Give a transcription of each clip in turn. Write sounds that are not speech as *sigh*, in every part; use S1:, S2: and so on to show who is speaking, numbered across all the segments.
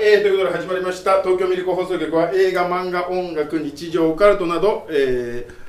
S1: えーということで始まりました東京ミルク放送局は映画、漫画、音楽、日常、オカルトなど、えー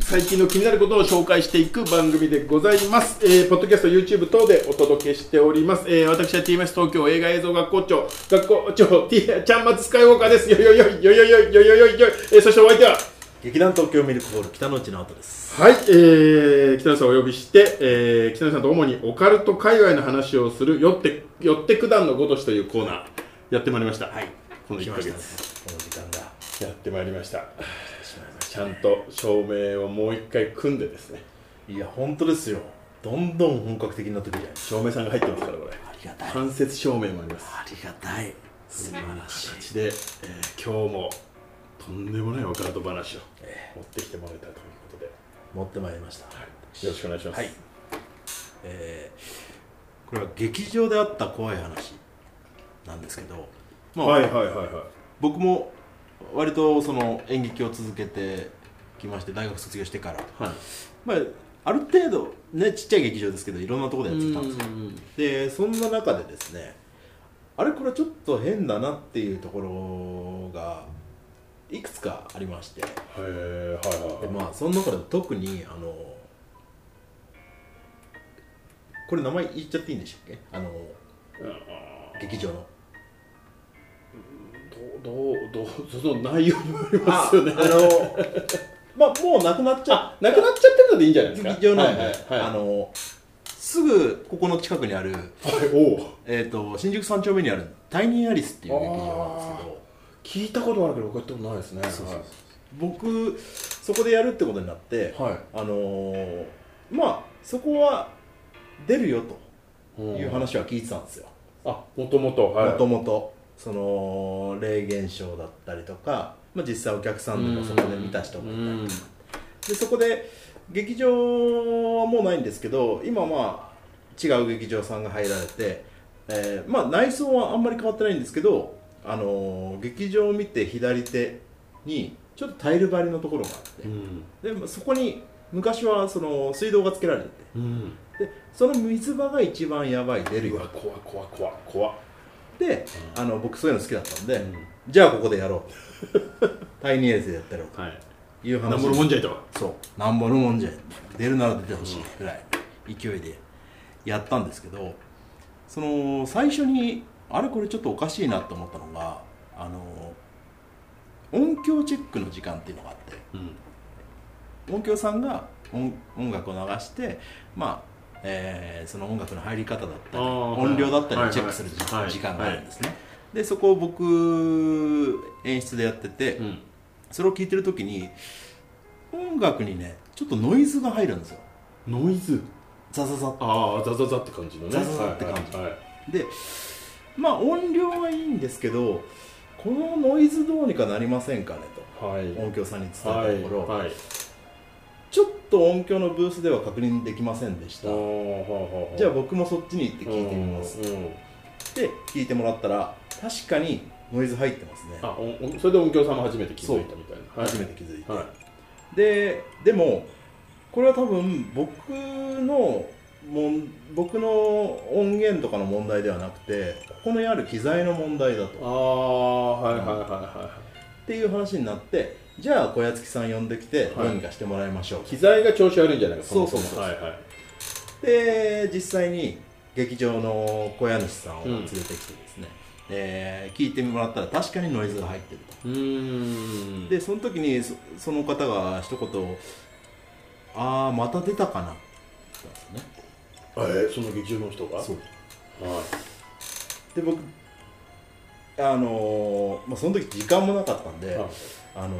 S1: 最近の気になることを紹介していく番組でございます、えーポッドキャスト、YouTube 等でお届けしております、えー私は TMS 東京映画映像学校長学校長 T ちゃんまつスカイウォーカーですよよよよよよよよよよよ、えーそしてお相手は
S2: 劇団東京ミルクボール北の内直人です
S1: はい、えー、北野さんをお呼びして、えー、北野さんと主にオカルト界隈の話をするよってよって九段のごとしというコーナーやってまいりました。
S2: はい
S1: この
S2: 来
S1: 1
S2: ま
S1: ヶ
S2: したね
S1: 月
S2: この時間が
S1: やってまいりました。
S2: 来てしまいまし
S1: ちゃんと照明をもう一回組んでですね。
S2: たいや本当ですよどんどん本格的になってくるじゃないです
S1: 照明さんが入ってますからこれ。
S2: かありがた
S1: 間接照明もあります。
S2: ありがたい素晴らしい
S1: で、えー、今日もとんでもないオカルト話を持ってきてもらえたということで、
S2: 持ってまいりました
S1: よろしくお願いします。
S2: はいえーこれは劇場であった怖い話なんですけどまあ、
S1: はいはいはいはい。
S2: 僕も割とその演劇を続けてきまして大学卒業してから
S1: はい。
S2: まあある程度ねちっちゃい劇場ですけどいろんなところでやってきたんですけどでそんな中でですねあれこれちょっと変だなっていうところがいくつかありまして
S1: へーはいはい
S2: で
S1: はい。
S2: まあその中でも特にあのこれ名前言っちゃっていいんでしたっけあの劇場の
S1: どうどうどうその内容にもよりま
S2: あ
S1: すよね。
S2: あの *laughs* まあもうなくなっちゃ
S1: あなくなっちゃってるのでいいんじゃないですか。
S2: 劇場なんで、
S1: はいはい
S2: あのすぐここの近くにある、
S1: はいおう
S2: えー、と新宿三丁目にあるタイニーアリスっていう劇場なんですけど
S1: 聞いたことあるけどこうやったことないですね。
S2: そうそう僕そこでやるってことになって、
S1: はい。
S2: あのーまあそこは出るよ
S1: う
S2: と
S1: ん
S2: いう話は聞いてたんですよ
S1: あもともとはい。
S2: もともとその霊現象だったりとか、まあ、実際お客さんでもそこで見た人もいたり
S1: うん
S2: でそこで劇場はもうないんですけど今まあ違う劇場さんが入られて、えーまあ内装はあんまり変わってないんですけど、あのー劇場を見て左手にちょっとタイル張りのところがあっ
S1: う
S2: て
S1: ん
S2: でまあそこに昔はその水道がつけられてて
S1: うん。
S2: でその水場が一番やばい出る
S1: う
S2: よ
S1: わ怖い怖い怖い怖い。
S2: であの僕そういうの好きだったんで、
S1: うん
S2: じゃあここでやろう *laughs* タイニーエースでやったろうと
S1: はい。
S2: いう話
S1: なんぼのもんじゃいと。
S2: そうなんぼのもんじゃ出るなら出てほしいぐらい勢いでやったんですけどその最初にあれこれちょっとおかしいなと思ったのがあの音響チェックの時間っていうのがあって
S1: うん
S2: 音響さんが音音楽を流して、まあえーその音楽の入り方だったり
S1: あー
S2: 音量だったり
S1: はい
S2: をチェックする時,、
S1: はい
S2: 間があるんですね、でそこを僕演出でやってて、
S1: うん。
S2: それを聞いてる時に音楽にねちょっとノイズが入るんですよ
S1: ノイズ。
S2: ザザザッと
S1: ああザザザって感じのね。
S2: ザザザって感じ
S1: はいはいはい
S2: でまあ音量はいいんですけどこのノイズどうにかなりませんかね
S1: はい。
S2: と音響さんに伝
S1: はい
S2: えたところ、
S1: はい。
S2: ちょっと音響のブースでは確認できませんでしたじゃあ
S1: 僕
S2: 僕もそっちに行って聞いてみます。
S1: うんうん
S2: で聞いてもらったら確かにノイズ入ってますね
S1: あ、おおそれで音響さんも初めて気づいたみたいな。はい
S2: 初めて気づいて、
S1: はい。
S2: ででもこれは多分僕のもん僕の音源とかの問題ではなくてここにある機材の問題だと
S1: ああはいはいはいは
S2: っていう話になってじゃあ小屋付さん呼んできて
S1: はい
S2: 何かしてもらいましょう、
S1: い機材が調子悪いんじゃないか
S2: そう
S1: もも
S2: そうそう
S1: はいはい
S2: で実際に劇場の小家主さんを連れてきてですね、えー聞いてもらったら確かにノイズが入ってる
S1: う
S2: と
S1: ーん
S2: でその時にそその方が一言「ああまた出たかな」って言ったんです
S1: えーそ
S2: よね
S1: の劇場の人が
S2: そう
S1: は
S2: で僕あのーまあ、その時時間もなかったん
S1: い
S2: で、
S1: はい
S2: あの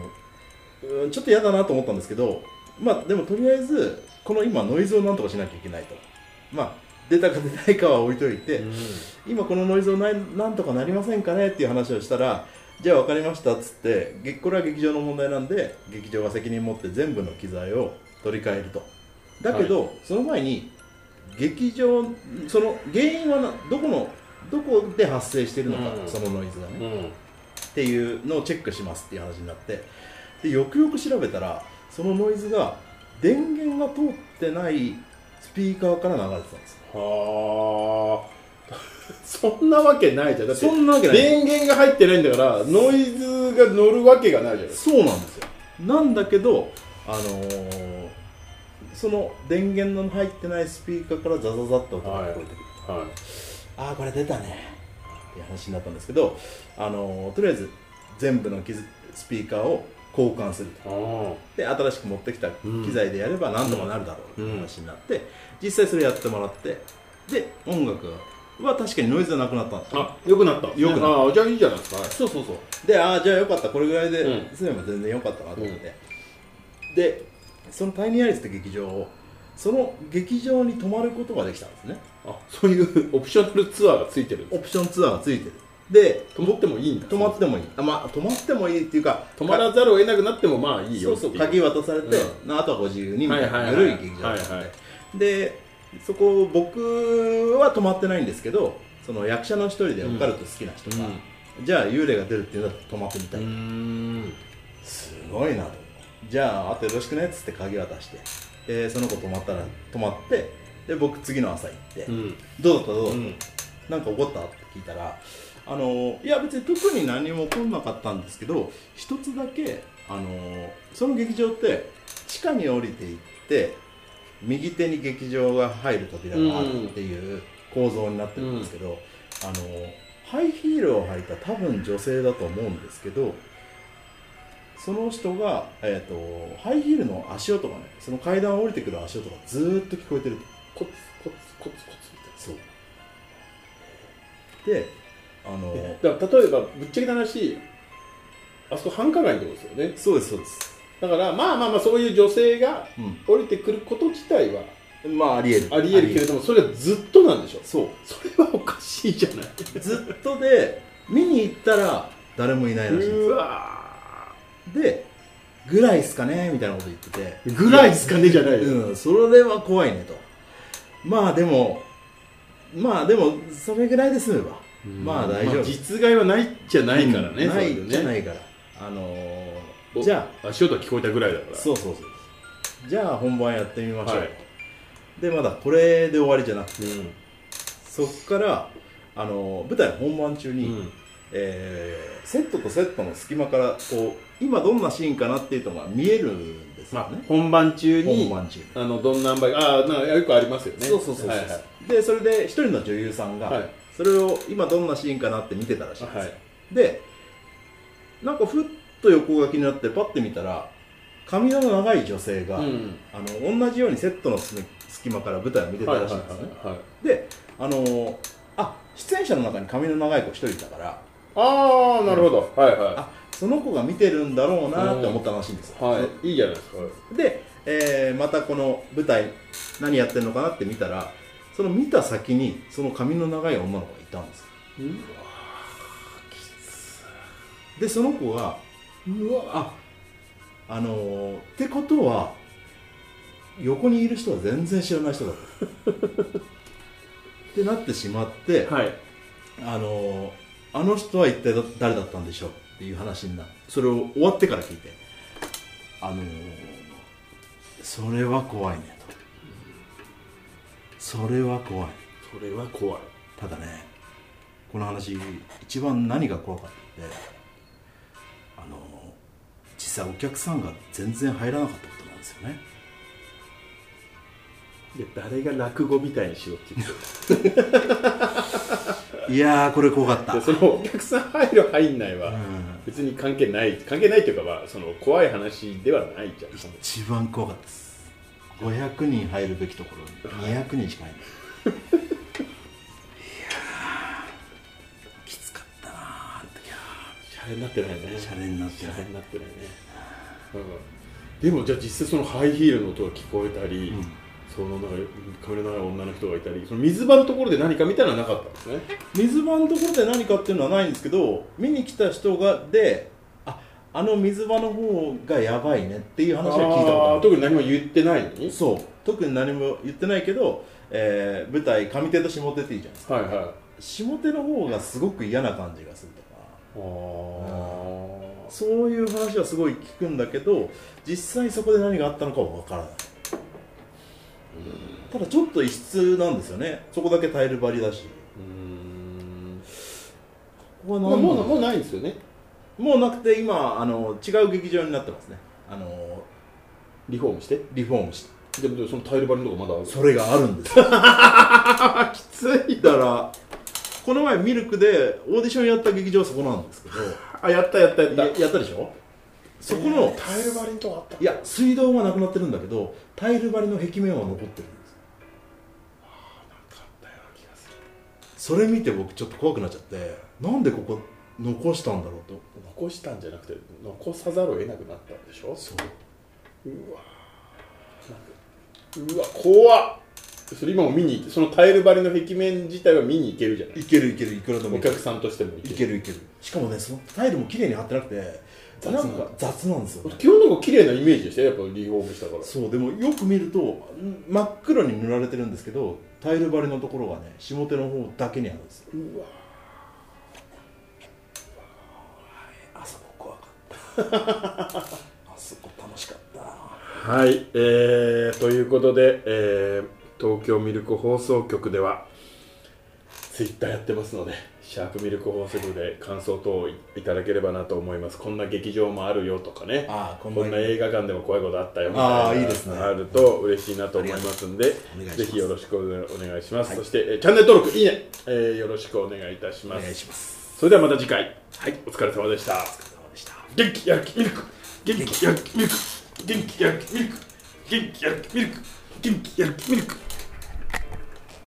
S2: うんちょっと嫌だなと思ったんですけどまあでもとりあえずこの今ノイズをなんとかしなきゃいけないとまあ出たか出ないかは置いといて、
S1: うん
S2: 今このノイズをないなんとかなりませんかねっていう話をしたらじゃあ分かりましたっつってげこれは劇場の問題なんで劇場が責任持って全部の機材を取り替えるとだけど、その前に劇場その原因はなどこのどこで発生しているのか、
S1: うん
S2: そのノイズがね、
S1: う
S2: っ
S1: ん
S2: ていうのをチェックしますっていう話になってでよくよく調べたらそのノイズが電源が通ってないスピーカーから流れてたんですよ
S1: はあ *laughs* そんなわけないじゃんだって
S2: そんなわけない
S1: 電源が入ってないんだからノイズが乗るわけがないじゃないです
S2: そうなんですよなんだけどあのーその電源の入ってないスピーカーからザザザッと音が聞こえてくる、
S1: か、はい、
S2: ああこれ出たねっていう話になったんですけど、あのーとりあえず全部の機スピーカーを交換すると
S1: あ
S2: で新しく持ってきた機材でやれば何とかなるだろうっていう話になって、実際それやってもらってで音楽は確かにノイズがなくなったんですよ
S1: あよくなった
S2: 良くなった
S1: あじゃあいいじゃないですか、
S2: そうそうそうでああじゃあよかったこれぐらいで
S1: うん
S2: すれば全然よかったなと思って、でそのタイニーアリスって劇場をその劇場に泊まることができたんですね
S1: あそういうオプショナルツアーがついてるんで
S2: オ
S1: す
S2: プションツアーがついてるで
S1: 泊まってもいいんだ
S2: 泊まってもいいあまあ泊まってもいいっていうか
S1: 泊まらざるを得なくなってもまあいいよ
S2: そう
S1: って
S2: そ
S1: いう
S2: 鍵渡されて、
S1: う
S2: なあとはご自由にみ
S1: は
S2: た
S1: い
S2: い
S1: はい
S2: な
S1: はい
S2: 緩い劇場だったんで、
S1: はいはい
S2: でそこ僕は泊まってないんですけどその役者の一人でオカルト好きな人が、じゃあ幽霊が出るっていうんだったら泊まってみた
S1: う
S2: い、
S1: ん
S2: すごいなとじゃああとよろしくねっつって鍵渡してでその子泊まったら泊まってで僕次の朝行って、
S1: うん
S2: どうだったどう
S1: う
S2: だった、
S1: ん
S2: なんか怒ったって聞いたらあのいや別に特に何も起こんなかったんですけど一つだけあのその劇場って地下に降りていって右手に劇場が入る扉があるっていう構造になってるんですけど、あのハイヒールを履いた多分女性だと思うんですけどその人が、えー、とハイヒールの足音がねその階段を降りてくる足音がずーっと聞こえてると
S1: コツコツコツコツみたいな
S2: そうであの
S1: だから例えばぶっちゃけた話あそこ繁華街ってことですよね
S2: そうですそうです、
S1: だからまあまあまあそういう女性が
S2: う
S1: 降りてくること自体は
S2: ん、まあありえる
S1: ありえるけれどもそれがずっとなんでしょ
S2: そ
S1: それはおかしいじゃないう
S2: ずっとで見に行ったら誰もいないらしいんですよ
S1: うわ
S2: でぐらいっすかねみたいなこと言ってて
S1: ーぐらいですかねじゃないよ
S2: うんそれは怖いねとまあでもまあでもそれぐらいで済めばまあ大丈夫
S1: 実害はないじゃないからね、
S2: うんな
S1: そ
S2: い
S1: ううのね
S2: じゃないからあのー
S1: お
S2: じゃあ
S1: 足音が聞こえたぐらいだから
S2: そうそうそうじゃあ本番やってみましょう、
S1: はい
S2: でまだこれで終わりじゃなくて
S1: うん
S2: そっからあの舞台本番中
S1: う
S2: に、
S1: ん
S2: えーセットとセットの隙間からこう今どんなシーンかなっていうのが見えるんですよ
S1: まあ
S2: ね、、
S1: 本番中
S2: 本
S1: に
S2: 番中、
S1: あのどんな塩梅がああなんかよくありますよね
S2: そうそうそうそう、
S1: はいはい
S2: でそれで一人の女優さんが、
S1: はい
S2: それを今どんなシーンかなって見てたらしいんですよ、
S1: はい
S2: でなんかふっと横書きになってパッて見たら髪の長い女性が、
S1: うん
S2: あの同じようにセットの隙隙間から舞台を見てた
S1: はい
S2: ら
S1: はい
S2: しい
S1: は
S2: んですね、
S1: いはい
S2: であのーあ出演者の中に髪の長い子一人いたから
S1: ああなるほど、はいは
S2: あその子が見てるんだろうなって思ったらしいんですよ、
S1: いはいいいじゃないですか
S2: で、えーまたこの舞台何やってるのかなって見たらその見た先にその髪の長い女の子がいたんですよでその子が
S1: うわあ
S2: あのーってことは横にいる人は全然知らない人だった *laughs* ってなってしまって、
S1: はい
S2: あのあの人は一体だ誰だったんでしょうっていう話になるそれを終わってから聞いてあのそれは怖いねとそれは怖い
S1: それは怖い
S2: ただねこの話一番何が怖かったってあの実際お客さんが全然入らなかったことなんですよね
S1: いや誰が落語みたいにしろって言ってる
S2: いやーこれ怖かった、
S1: でそのお客さん入る入んないは、
S2: うん
S1: 別に関係ない関係ないというかまあその怖い話ではないじゃん
S2: 一番怖かったです500人入るべきところに200人しか入んないいやーきつかったなーあの時は
S1: シャレになってないね
S2: シャレになってない
S1: シャレになってないね、うん、でもじゃあ実際そのハイヒールの音が聞こえたり、
S2: うん
S1: そのなんか髪の長い女の人がいたりその水場のところで何かみたいなのはなかったんですね
S2: 水場のところで何かっていうのはないんですけど見に来た人がでああの水場の方がやばいねっていう話は聞いたことあ
S1: ー
S2: る
S1: 特に何も言ってないのに
S2: そう特に何も言ってないけど、えー舞台上手と下手っていいじゃないですか
S1: はいはい
S2: 下手の方がすごく嫌な感じがするとか
S1: あー
S2: そういう話はすごい聞くんだけど実際そこで何があったのかは分からないただちょっと異質なんですよねそこだけタイル張りだし
S1: うん
S2: こは
S1: も
S2: 何
S1: う
S2: なの
S1: もうもうないんですよね
S2: もうなくて今あの違う劇場になってますねあの
S1: リフォームして
S2: リフォームして
S1: でもでもそのタイル張りのとこまだある
S2: それがある *laughs* んですよ
S1: あきつい
S2: だからこの前ミルクでオーディションやった劇場はそこなんですけど
S1: あやったやったやった
S2: ややったでしょそこの
S1: タイル張りのとこあった
S2: いや水道はなくなってるんだけどタイル張りの壁面は残ってるんです
S1: かったような気がする
S2: それ見て僕ちょっと怖くなっちゃってなんでここ残したんだろうと
S1: 残したんじゃなくて残さざるを得なくなったんでしょ
S2: そう
S1: うわなんかうわ怖っそれ今も見に行ってそのタイル張りの壁面自体は見に行けるじゃない
S2: いけるいけるいくらでも
S1: お客さんとしても
S2: い
S1: 行
S2: け
S1: ける
S2: るいけるしかもねそのタイルも綺麗に貼ってなくて
S1: 雑
S2: な
S1: なん
S2: か雑なんですよ、ね、
S1: 基本のとこ綺麗なイメージでしたよやっぱリフォームしたから
S2: そうでもよく見るとん真っ黒に塗られてるんですけどタイル張りのところがね下手の方だけにあるんですよ
S1: うわ
S2: あそこ怖かったあそこ楽しかった
S1: はい、えー、ということで、えー、東京ミルク放送局ではツイッターやってますのでシャープミルク放送局で感想等をいただければなと思いますこんな劇場もあるよとかね
S2: ああこんな
S1: こんな映画館でも怖いことあったよみたい
S2: あ
S1: な
S2: ーいいですね
S1: あると嬉しいなと思いますんで
S2: お願いします
S1: ぜひよろしくお願いします、そしてえーチャンネル登録いいね、えーよろしくお願いいたしま
S2: お
S1: す
S2: 願いします
S1: それではまた次回、お疲れ様でした
S2: お疲れ様でした
S1: 元気やる気ミルク元気やる気ミルク元気やる気ミルク元気やる気ミルク元気やる気ミルク